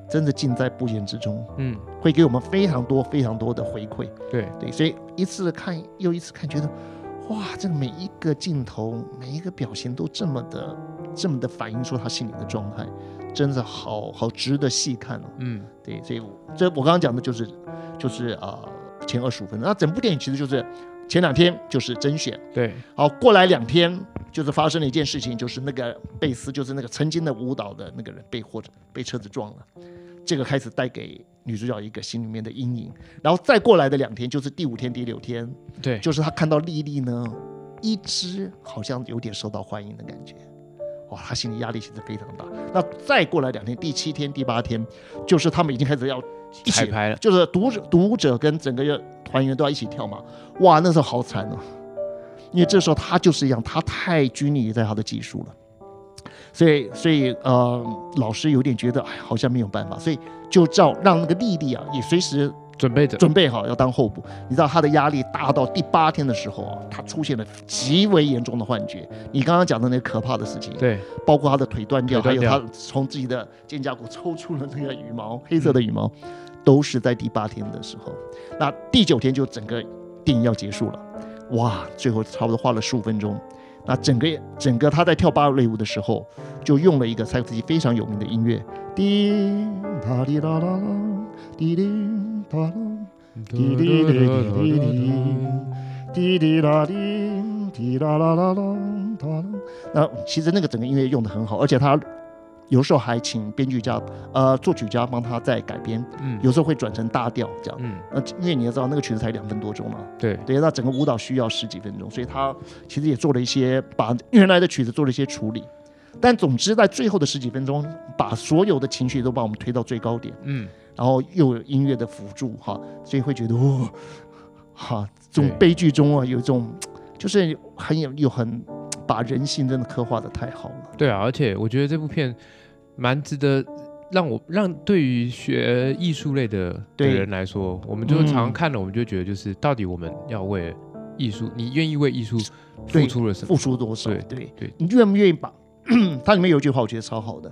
Speaker 2: 真的尽在不言之中，
Speaker 1: 嗯，
Speaker 2: 会给我们非常多非常多的回馈。
Speaker 1: 对，
Speaker 2: 对，所以一次看又一次看，觉得哇，这个每一个镜头、每一个表情都这么的、这么的反映出他心里的状态，真的好好值得细看哦。
Speaker 1: 嗯，
Speaker 2: 对，所以我这我刚刚讲的就是就是呃前二十五分钟，那整部电影其实就是前两天就是甄选，
Speaker 1: 对，
Speaker 2: 好，过来两天就是发生了一件事情，就是那个贝斯，就是那个曾经的舞蹈的那个人被货被车子撞了，这个开始带给女主角一个心里面的阴影。然后再过来的两天，就是第五天、第六天，
Speaker 1: 对，
Speaker 2: 就是她看到莉莉呢，一直好像有点受到欢迎的感觉。哇，她心理压力其实非常大。那再过来两天，第七天、第八天，就是他们已经开始要一
Speaker 1: 彩
Speaker 2: 起
Speaker 1: 排了，
Speaker 2: 就是读者读者跟整个团员都要一起跳嘛。哇，那时候好惨哦、因为这时候他就是一样，他太拘泥于在他的技术了，所以所以呃，老师有点觉得哎，好像没有办法，所以就照让那个丽丽啊也随时
Speaker 1: 准备着，
Speaker 2: 准备好要当候补。你知道他的压力大到第八天的时候啊，他出现了极为严重的幻觉。你刚刚讲的那个可怕的事情，
Speaker 1: 对，
Speaker 2: 包括他的腿断掉，
Speaker 1: 腿断
Speaker 2: 还有
Speaker 1: 掉
Speaker 2: 他从自己的肩胛骨抽出了那个羽毛，黑色的羽毛，都是在第八天的时候。那第九天就整个电影要结束了。哇，最后差不多花了十五分钟。那整个整个他在跳芭蕾舞的时候，就用了一个塞克斯基非常有名的音乐，叮哒滴啦啦啦，滴叮哒啦，滴滴滴滴滴滴。滴滴答滴，滴啦啦啦啦哒啦。那嗯其实那个整个音乐用的很好，而且他有时候还请编剧家、呃作曲家帮他再改编，
Speaker 1: 嗯
Speaker 2: 有时候会转成大调这样。
Speaker 1: 嗯，
Speaker 2: 呃，因为你也知道那个曲子才两分多钟嘛，
Speaker 1: 对，
Speaker 2: 对，那整个舞蹈需要十几分钟，所以他其实也做了一些把原来的曲子做了一些处理。但总之，在最后的十几分钟，把所有的情绪都把我们推到最高点，
Speaker 1: 嗯，
Speaker 2: 然后又有音乐的辅助哈，所以会觉得哦，哈，这种
Speaker 1: 对
Speaker 2: 悲剧中啊，有一种就是很有有很把人性真的刻画的太好了。
Speaker 1: 对啊，而且我觉得这部片蛮值得让我让对于学艺术类的的
Speaker 2: 对
Speaker 1: 人来说，我们就
Speaker 2: 嗯
Speaker 1: 常常看了，我们就觉得就是到底我们要为艺术，你愿意为艺术付
Speaker 2: 对
Speaker 1: 出了什么？
Speaker 2: 付出多少？
Speaker 1: 对
Speaker 2: 对
Speaker 1: 对
Speaker 2: 你愿不愿意把？ *clears throat* 它里面有一句话，我觉得超好的。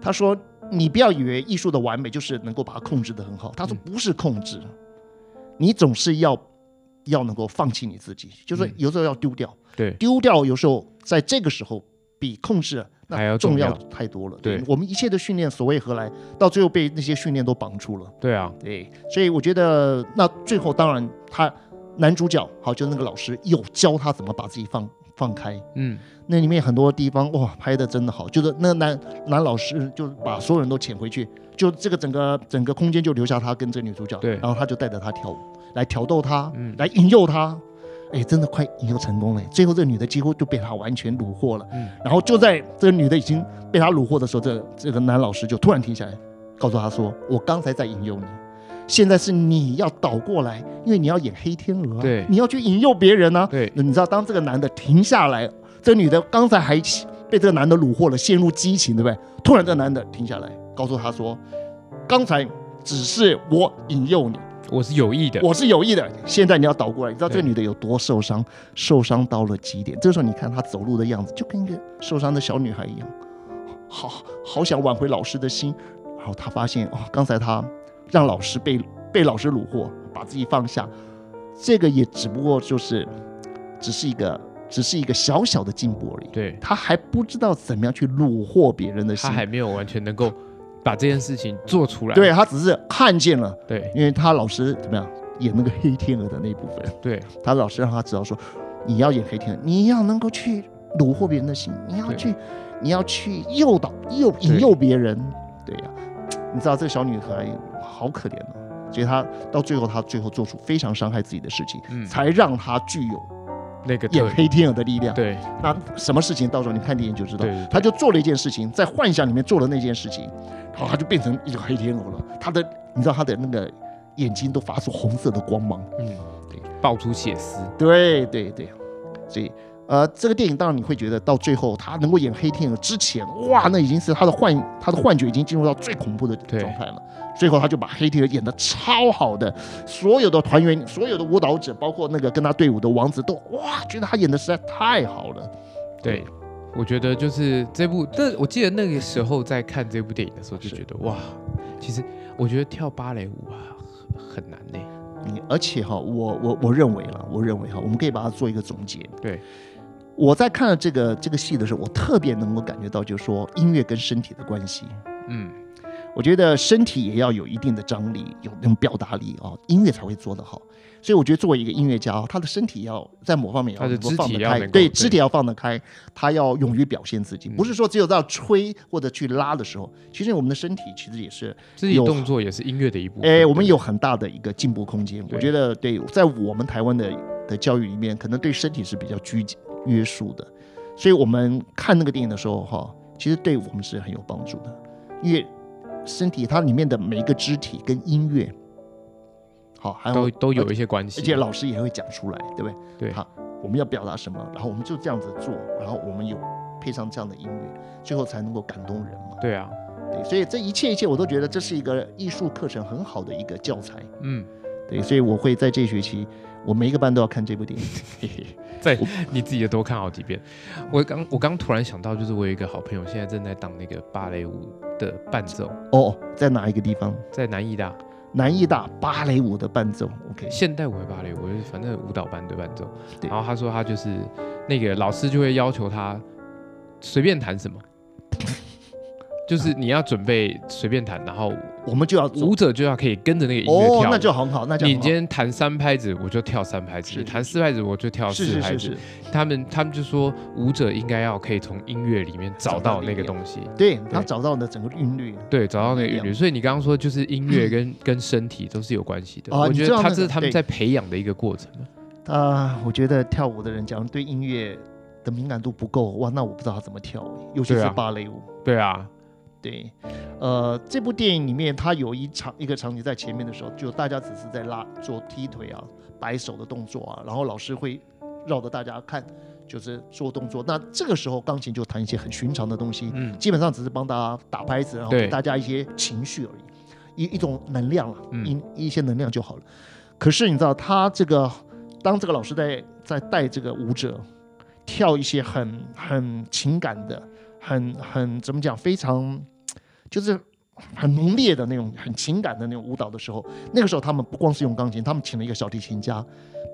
Speaker 2: 他说：“你不要以为艺术的完美就是能够把它控制的很好。”
Speaker 1: 嗯
Speaker 2: 他说：“不是控制，你总是要要能够放弃你自己，就是说
Speaker 1: 嗯
Speaker 2: 有时候要丢掉，
Speaker 1: 对
Speaker 2: 丢掉有时候在这个时候比控制那
Speaker 1: 还要
Speaker 2: 重
Speaker 1: 重
Speaker 2: 要
Speaker 1: 要
Speaker 2: 太多了。
Speaker 1: 对
Speaker 2: 我们一切的训练，所谓何来？到最后被那些训练都绑住了。”
Speaker 1: 对啊，
Speaker 2: 对，所以我觉得那最后当然他男主角好，就那个老师有教他怎么把自己放放开。
Speaker 1: 嗯，
Speaker 2: 那里面很多地方哇拍的真的好，就是那个男男老师就把所有人都潜回去，就这个整个整个空间就留下他跟这个女主角，
Speaker 1: 对
Speaker 2: 然后他就带着她跳舞，来挑逗她，
Speaker 1: 嗯
Speaker 2: 来引诱她。哎，真的快引诱成功了！最后这个女的几乎就被他完全虏获了。
Speaker 1: 嗯
Speaker 2: 然后就在这个女的已经被他虏获的时候，这这个男老师就突然停下来，告诉他说：“我刚才在引诱你，现在是你要倒过来，因为你要演黑天鹅、啊，
Speaker 1: 对
Speaker 2: 你要去引诱别人呢、啊
Speaker 1: 对
Speaker 2: 那你知道，当这个男的停下来，这个女的刚才还被这个男的虏获了，陷入激情，对不对？突然，这个男的停下来，告诉她说：“刚才只是我引诱你，
Speaker 1: 我是有意的，
Speaker 2: 我是有意的。现在你要倒过来。”你知道这
Speaker 1: 对
Speaker 2: 个女的有多受伤，受伤到了极点。这时候，你看她走路的样子，就跟一个受伤的小女孩一样，好好想挽回老师的心。然后她发现，哦，刚才她让老师被被老师虏获，把自己放下，这个也只不过就是只是一个只是一个小小的进步而已。
Speaker 1: 对，
Speaker 2: 他还不知道怎么样去虏获别人的心
Speaker 1: 他，还没有完全能够把这件事情做出来，
Speaker 2: 对啊他只是看见了，
Speaker 1: 对
Speaker 2: 因为他老师怎么样演那个黑天鹅的那一部分，
Speaker 1: 对
Speaker 2: 他老师让他知道说，你要演黑天鹅，你要能够去虏获别人的心，你要
Speaker 1: 对
Speaker 2: 去，你要去诱导、诱引
Speaker 1: 对
Speaker 2: 诱别人，对呀、你知道这个小女孩好可怜哦。所以她到最后，她最后做出非常伤害自己的事情，
Speaker 1: 嗯
Speaker 2: 才让她具有
Speaker 1: 那个
Speaker 2: 演
Speaker 1: 特
Speaker 2: 黑天鹅的力量。
Speaker 1: 对
Speaker 2: 那什么事情，到时候你看电影就知道
Speaker 1: 对对对。
Speaker 2: 他就做了一件事情，在幻想里面做了那件事情，然后他就变成一个黑天鹅了。他的，你知道他的那个眼睛都发出红色的光芒。
Speaker 1: 嗯
Speaker 2: 对
Speaker 1: 爆出血丝，
Speaker 2: 对对对，所以呃，这个电影当然你会觉得到最后他能够演黑天鹅之前，哇，那已经是他的幻他的幻觉已经进入到最恐怖的
Speaker 1: 对
Speaker 2: 状态了。最后他就把黑天鹅演得超好的，所有的团员、所有的舞蹈者，包括那个跟他队伍的王子都哇，觉得他演的实在太好了。
Speaker 1: 对，我觉得就是这部，这我记得那个时候在看这部电影的时候，就是觉得哇，其实我觉得跳芭蕾舞啊很很难呢、
Speaker 2: 你而且哈，我我我认为了，我认为哈，我们可以把它做一个总结。
Speaker 1: 对，
Speaker 2: 我在看了这个这个戏的时候，我特别能够感觉到，就是说音乐跟身体的关系。
Speaker 1: 嗯，
Speaker 2: 我觉得身体也要有一定的张力，有那种表达力啊、音乐才会做得好。所以我觉得作为一个音乐家哦，他的身体要在某方面也要
Speaker 1: 他的
Speaker 2: 能够
Speaker 1: 肢体
Speaker 2: 放得
Speaker 1: 要
Speaker 2: 开，
Speaker 1: 能够对
Speaker 2: 对肢体要放得开，他要勇于表现自己，
Speaker 1: 嗯
Speaker 2: 不是说只有到吹或者去拉的时候，其实我们的身体其实也是
Speaker 1: 自己
Speaker 2: 有
Speaker 1: 动作也是音乐的一部分。
Speaker 2: 哎，我
Speaker 1: 对
Speaker 2: 们有很大的一个进步空间。我
Speaker 1: 对
Speaker 2: 觉得，对，在我们台湾的的教育里面，可能对身体是比较拘谨约束的，所以我们看那个电影的时候，哈，其实对我们是很有帮助的，因为身体它里面的每一个肢体跟音乐，好，还有
Speaker 1: 都都有一些关系，
Speaker 2: 呃而且老师也会讲出来，对不对？
Speaker 1: 对
Speaker 2: 好，我们要表达什么，然后我们就这样子做，然后我们有配上这样的音乐，最后才能够感动人嘛。
Speaker 1: 对啊，
Speaker 2: 对，所以这一切一切，我都觉得这是一个艺术课程很好的一个教材。
Speaker 1: 嗯，
Speaker 2: 对，所以我会在这学期，我每一个班都要看这部电影。嘿嘿
Speaker 1: 在你自己也多看好几遍。我刚我刚突然想到，就是我有一个好朋友现在正在当那个芭蕾舞的伴奏，
Speaker 2: 哦，在哪一个地方？
Speaker 1: 在南艺大，
Speaker 2: 南艺大芭蕾舞的伴奏，OK，
Speaker 1: 现代舞还芭蕾舞，就是反正舞蹈班的伴奏。
Speaker 2: 对
Speaker 1: 然后他说他就是那个老师就会要求他随便弹
Speaker 2: *laughs*
Speaker 1: 什么，就是你要准备随便弹，然后
Speaker 2: 我们就要走
Speaker 1: 舞者就要可以跟着那个音乐
Speaker 2: 啊哦
Speaker 1: 跳，舞。
Speaker 2: 那就很好，那就
Speaker 1: 你
Speaker 2: 很好
Speaker 1: 今天弹三拍子，我就跳三拍子；
Speaker 2: 是
Speaker 1: 你弹四拍子，我就跳
Speaker 2: 是
Speaker 1: 四
Speaker 2: 是
Speaker 1: 拍
Speaker 2: 是
Speaker 1: 子
Speaker 2: 是。，
Speaker 1: 他们他们就说舞者应该要可以从音乐里面找
Speaker 2: 找
Speaker 1: 到
Speaker 2: 到
Speaker 1: 那个
Speaker 2: 灵感
Speaker 1: 东西，
Speaker 2: 对，他找到了整个韵律。
Speaker 1: 对，找到那个
Speaker 2: 一
Speaker 1: 韵律。
Speaker 2: 样
Speaker 1: 所以你刚刚说就是音乐跟、跟身体都是有关系的。
Speaker 2: 哦
Speaker 1: 我
Speaker 2: 你
Speaker 1: 觉
Speaker 2: 知
Speaker 1: 得
Speaker 2: 道
Speaker 1: 他
Speaker 2: 那
Speaker 1: 这是
Speaker 2: 个
Speaker 1: 他们
Speaker 2: 对
Speaker 1: 在培养的一个过程。
Speaker 2: 啊、我觉得跳舞的人，假如对音乐的敏感度不够，哇，那我不知道他怎么跳，尤其
Speaker 1: 对
Speaker 2: 是
Speaker 1: 啊
Speaker 2: 芭蕾舞。
Speaker 1: 对啊，
Speaker 2: 对，呃，这部电影里面，它有一场一个场景在前面的时候，就大家只是在拉做踢腿啊、摆手的动作啊，然后老师会绕着大家看，就是做动作。那这个时候，钢琴就弹一些很寻常的东西，
Speaker 1: 嗯
Speaker 2: 基本上只是帮大家打拍子，然后
Speaker 1: 对
Speaker 2: 给大家一些情绪而已，一一种能量了，
Speaker 1: 嗯
Speaker 2: 一一些能量就好了。可是你知道，他这个当这个老师在在带这个舞者跳一些很很情感的、很很怎么讲，非常就是很浓烈的那种、很情感的那种舞蹈的时候，那个时候他们不光是用钢琴，他们请了一个小提琴家。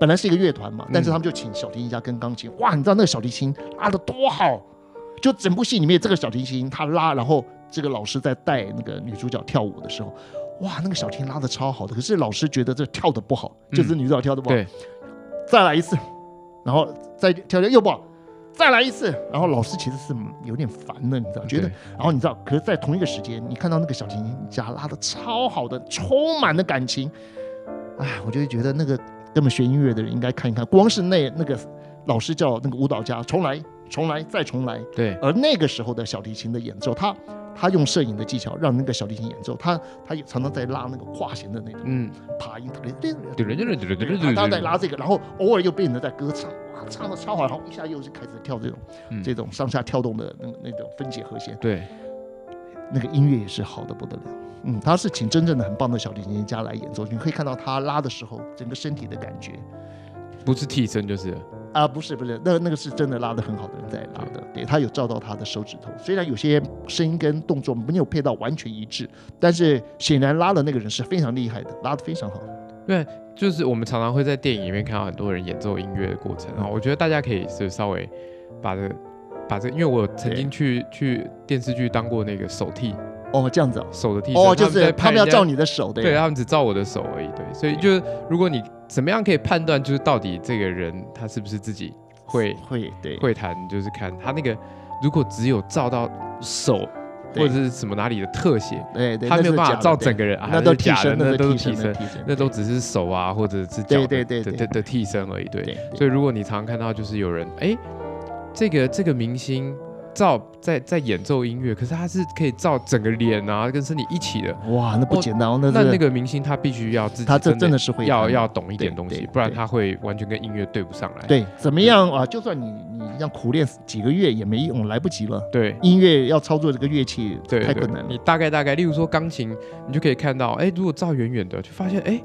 Speaker 2: 本来是一个乐团嘛，但
Speaker 1: 嗯
Speaker 2: 是他们就请小提琴家跟钢琴。哇，你知道那个小提琴拉的多好，就整部戏里面这个小提琴他拉，然后这个老师在带那个女主角跳舞的时候，哇，那个小提琴拉的超好的，可是老师觉得这跳的不好，
Speaker 1: 嗯
Speaker 2: 就是女主角跳的不好，
Speaker 1: 对，
Speaker 2: 再来一次，然后再跳跳又不好，再来一次，然后老师其实是有点烦的，你知道，觉得
Speaker 1: 对，
Speaker 2: 然后你知道，可是，在同一个时间，你看到那个小提琴家拉的超好的，充满了感情，哎，我就会觉得那个根本学音乐的人应该看一看，光是那那个老师叫那个舞蹈家重来，重来再重来，
Speaker 1: 对，
Speaker 2: 而那个时候的小提琴的演奏，他他用摄影的技巧让那个小提琴演奏，他他也常常在拉那个跨弦的那种
Speaker 1: 嗯，
Speaker 2: 爬音，特别对
Speaker 1: 对对对对对
Speaker 2: 对，他他在拉这个，然后偶尔又变成在歌唱，哇，唱的超好，然后一下又是开始跳这种、
Speaker 1: 嗯
Speaker 2: 这种上下跳动的那个那种分解和弦，
Speaker 1: 对，
Speaker 2: 那个音乐也是好的不得了。嗯，他是请真正的很棒的小提琴家来演奏，你可以看到他拉的时候整个身体的感觉
Speaker 1: 不是替身就是了，
Speaker 2: 啊，不是不是，那那个是真的拉的很好的人在拉的，对他有照到他的手指头，虽然有些声音跟动作没有配到完全一致，但是显然拉的那个人是非常厉害的，拉的非常好。
Speaker 1: 就是我们常常会在电影里面看到很多人演奏音乐的过程啊。我觉得大家可以是稍微把这个把这个，因为我曾经去去电视剧当过那个手替
Speaker 2: 哦，这样子啊，
Speaker 1: 手的替身，
Speaker 2: 哦，
Speaker 1: 他
Speaker 2: 就
Speaker 1: 们在
Speaker 2: 是
Speaker 1: 拍
Speaker 2: 他们要
Speaker 1: 人家
Speaker 2: 照你的手的，
Speaker 1: 对他们只照我的手而已，对，所以就是如果你怎么样可以判断，就是到底这个人他是不是自己会
Speaker 2: 会对
Speaker 1: 会弹，就是看他那个如果只有照到手或
Speaker 2: 对
Speaker 1: 者是什么哪里的特写，
Speaker 2: 对对，
Speaker 1: 他
Speaker 2: 那
Speaker 1: 没有
Speaker 2: 是
Speaker 1: 办法
Speaker 2: 假的
Speaker 1: 照
Speaker 2: 对
Speaker 1: 整个人啊，
Speaker 2: 那
Speaker 1: 都
Speaker 2: 都
Speaker 1: 是
Speaker 2: 替
Speaker 1: 假的
Speaker 2: 身，那
Speaker 1: 那都
Speaker 2: 都
Speaker 1: 是替
Speaker 2: 身
Speaker 1: 身，，
Speaker 2: 替身
Speaker 1: 那都只是手啊或者是脚
Speaker 2: 对
Speaker 1: 的
Speaker 2: 对对
Speaker 1: 的
Speaker 2: 对
Speaker 1: 的的替身而已，对
Speaker 2: 对，
Speaker 1: 所以如果你常看到就是有人哎、诶这个这个明星照在在演奏音乐，可是他是可以照整个脸啊跟身体一起的。
Speaker 2: 哇，那不简单哦，那
Speaker 1: 那那
Speaker 2: 是
Speaker 1: 个明星他必须要自己
Speaker 2: 他这
Speaker 1: 真
Speaker 2: 真的是会
Speaker 1: 要
Speaker 2: 弹
Speaker 1: 要懂一点
Speaker 2: 对
Speaker 1: 东西，
Speaker 2: 对
Speaker 1: 不然
Speaker 2: 对
Speaker 1: 他会完全跟音乐对不上来。
Speaker 2: 对怎么样啊？就算你你让苦练几个月也没用，来不及了。
Speaker 1: 对
Speaker 2: 音乐要操作这个乐器
Speaker 1: 对，
Speaker 2: 太
Speaker 1: 对
Speaker 2: 困难了
Speaker 1: 你，大概大概，例如说钢琴，你就可以看到，哎，如果照远远的，就发现，哎，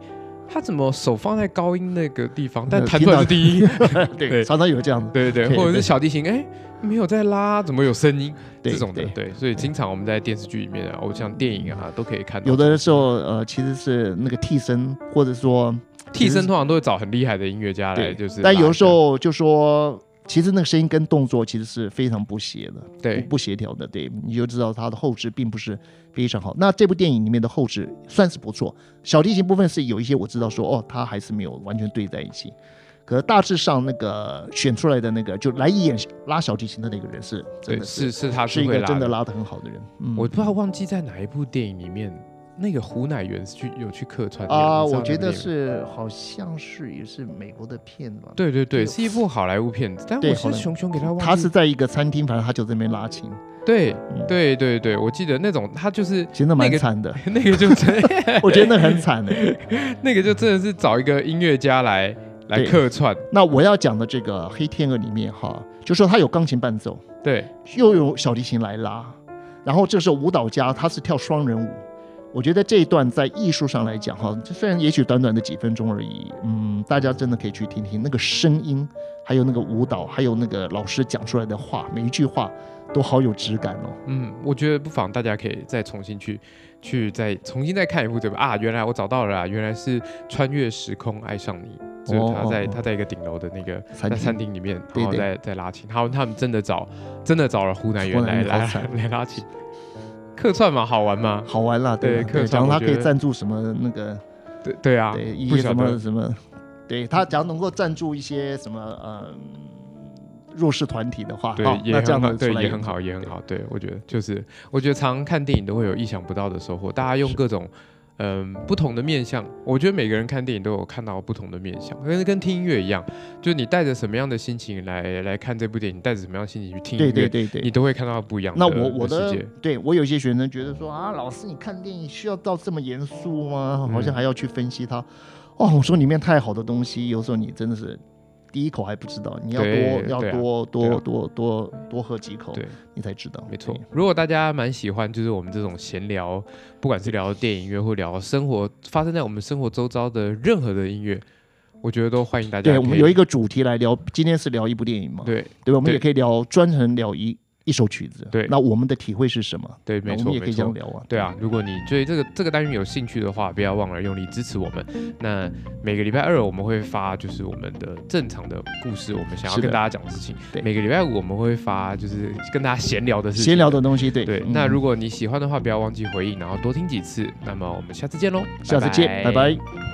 Speaker 1: 他怎么手放在高音那个地方，但
Speaker 2: 呃
Speaker 1: 弹
Speaker 2: 听
Speaker 1: 出来
Speaker 2: 到
Speaker 1: 是低音。 *laughs* 对
Speaker 2: 对，常常有这样的，
Speaker 1: *laughs* 对对对，
Speaker 2: 对
Speaker 1: 或者是
Speaker 2: 对
Speaker 1: 小提琴，哎，没有在拉，怎么有声音？
Speaker 2: 对
Speaker 1: 这种的，
Speaker 2: 对
Speaker 1: 对，所以经常我们在电视剧里面啊，我像电影啊，都可以看到。
Speaker 2: 有的时候呃其实是那个替身，或者说
Speaker 1: 替
Speaker 2: 其
Speaker 1: 身
Speaker 2: 实
Speaker 1: 通常都会找很厉害的音乐家来，
Speaker 2: 对，
Speaker 1: 哎就是拉一下。
Speaker 2: 但有的时候就说。其实那个声音跟动作其实是非常不协的，
Speaker 1: 对
Speaker 2: 不不协调的，对，你就知道它的后置并不是非常好。那这部电影里面的后置算是不错，小提琴部分是有一些我知道说，哦，它还是没有完全对在一起。可大致上那个选出来的那个，就来演拉小提琴的那个人是
Speaker 1: 对
Speaker 2: 真的
Speaker 1: 是是他
Speaker 2: 是一
Speaker 1: 会
Speaker 2: 个
Speaker 1: 拉
Speaker 2: 真的拉的很好的人。嗯，
Speaker 1: 我不知道忘记在哪一部电影里面，那个胡乃元是去有去客串的
Speaker 2: 啊、
Speaker 1: 你知道
Speaker 2: 我
Speaker 1: 那
Speaker 2: 觉
Speaker 1: 部电
Speaker 2: 得
Speaker 1: 影吗
Speaker 2: 是好像是也是美国的片吧。
Speaker 1: 对对对，
Speaker 2: 有
Speaker 1: 是一部好莱坞片子，但
Speaker 2: 对
Speaker 1: 我是
Speaker 2: 好莱坞
Speaker 1: 熊熊给他忘记，
Speaker 2: 他是在一个餐厅，反正他就在那边拉琴，
Speaker 1: 对
Speaker 2: 嗯
Speaker 1: 对对对，我记得那种他就是 *laughs*
Speaker 2: 其实那
Speaker 1: 那
Speaker 2: 蛮
Speaker 1: 个
Speaker 2: 惨的，
Speaker 1: 那个就真 *laughs*
Speaker 2: 我觉得那很惨的、
Speaker 1: 那个就真的是找一个音乐家来来
Speaker 2: 对
Speaker 1: 客串，
Speaker 2: 那我要讲的这个《黑天鹅》里面哈，就说它有钢琴伴奏，
Speaker 1: 对
Speaker 2: 又有小提琴来拉，然后这时候舞蹈家他是跳双人舞，我觉得这一段在艺术上来讲，哈，就虽然也许短短的几分钟而已，嗯，大家真的可以去听听那个声音，还有那个舞蹈，还有那个老师讲出来的话，每一句话都好有质感哦。
Speaker 1: 嗯，我觉得不妨大家可以再重新去去再重新再看一部这个啊，原来我找到了啊，原来是穿越时空爱上你，就是他在
Speaker 2: 哦哦哦
Speaker 1: 他在一个顶楼的那个
Speaker 2: 餐
Speaker 1: 在
Speaker 2: 厅
Speaker 1: 餐厅里面，
Speaker 2: 对
Speaker 1: 然后
Speaker 2: 对
Speaker 1: 再再拉琴，他们他们真的找真的找了湖南人
Speaker 2: 湖南
Speaker 1: 来
Speaker 2: 人好
Speaker 1: 来
Speaker 2: 惨
Speaker 1: 来拉琴，客串嘛，好玩吗？
Speaker 2: 好玩啦，
Speaker 1: 对
Speaker 2: 吧
Speaker 1: 客
Speaker 2: 对，
Speaker 1: 串
Speaker 2: 讲他
Speaker 1: 我觉
Speaker 2: 可以
Speaker 1: 得
Speaker 2: 赞助什么那个，
Speaker 1: 对对啊，
Speaker 2: 对，一
Speaker 1: 不
Speaker 2: 些
Speaker 1: 晓
Speaker 2: 什
Speaker 1: 得
Speaker 2: 么什么，对他只要能够赞助一些什么，嗯，弱势团体的话，
Speaker 1: 对
Speaker 2: 好，
Speaker 1: 也
Speaker 2: 啊哦那这样
Speaker 1: 很好，
Speaker 2: 子
Speaker 1: 对
Speaker 2: 出来
Speaker 1: 也很好，也很好。对我觉得就是，我觉得常常看电影都会有意想不到的收获。大家用各种嗯、不同的面向，我觉得每个人看电影都有看到不同的面向，跟跟听音乐一样，就是你带着什么样的心情来来看这部电影，你带着什么样的心情去听音
Speaker 2: 对
Speaker 1: 乐，
Speaker 2: 对对对
Speaker 1: 你。都会看到不一样的
Speaker 2: 那我我
Speaker 1: 的
Speaker 2: 的
Speaker 1: 世界。
Speaker 2: 对我有一些学生觉得说啊，老师你看电影需要到这么严肃吗？
Speaker 1: 嗯
Speaker 2: 好像还要去分析它。哦，我说里面太好的东西，有时候你真的是第一口还不知道，你要
Speaker 1: 对
Speaker 2: 多要
Speaker 1: 对啊
Speaker 2: 多
Speaker 1: 啊
Speaker 2: 多多多多喝几口
Speaker 1: 对，
Speaker 2: 你才知道。
Speaker 1: 没错
Speaker 2: 对，
Speaker 1: 如果大家蛮喜欢，就是我们这种闲聊，不管是聊电影音乐或聊生活发生在我们生活周遭的任何的音乐，我觉得都欢迎大家可以。
Speaker 2: 对，我们有一个主题来聊，今天是聊一部电影嘛？
Speaker 1: 对
Speaker 2: 对吧？我们
Speaker 1: 对
Speaker 2: 也可以聊专程聊一一首曲子。
Speaker 1: 对
Speaker 2: 那我们的体会是什么？
Speaker 1: 对，
Speaker 2: 那
Speaker 1: 没
Speaker 2: 我
Speaker 1: 错，
Speaker 2: 们也可
Speaker 1: 没
Speaker 2: 以这
Speaker 1: 错
Speaker 2: 样。聊啊。
Speaker 1: 对啊，如果你对这个这个单元有兴趣的话，不要忘了用力支持我们。那每个礼拜二我们会发就是我们的正常的故事，我们想要
Speaker 2: 是的
Speaker 1: 跟大家讲的事情。
Speaker 2: 对
Speaker 1: 每个礼拜五我们会发就是跟大家闲聊的事情。
Speaker 2: 闲聊的东西，对
Speaker 1: 对。
Speaker 2: 嗯
Speaker 1: 那如果你喜欢的话，不要忘记回应，然后多听几次。那么我们下次见喽，
Speaker 2: 下次见，
Speaker 1: 拜
Speaker 2: 拜拜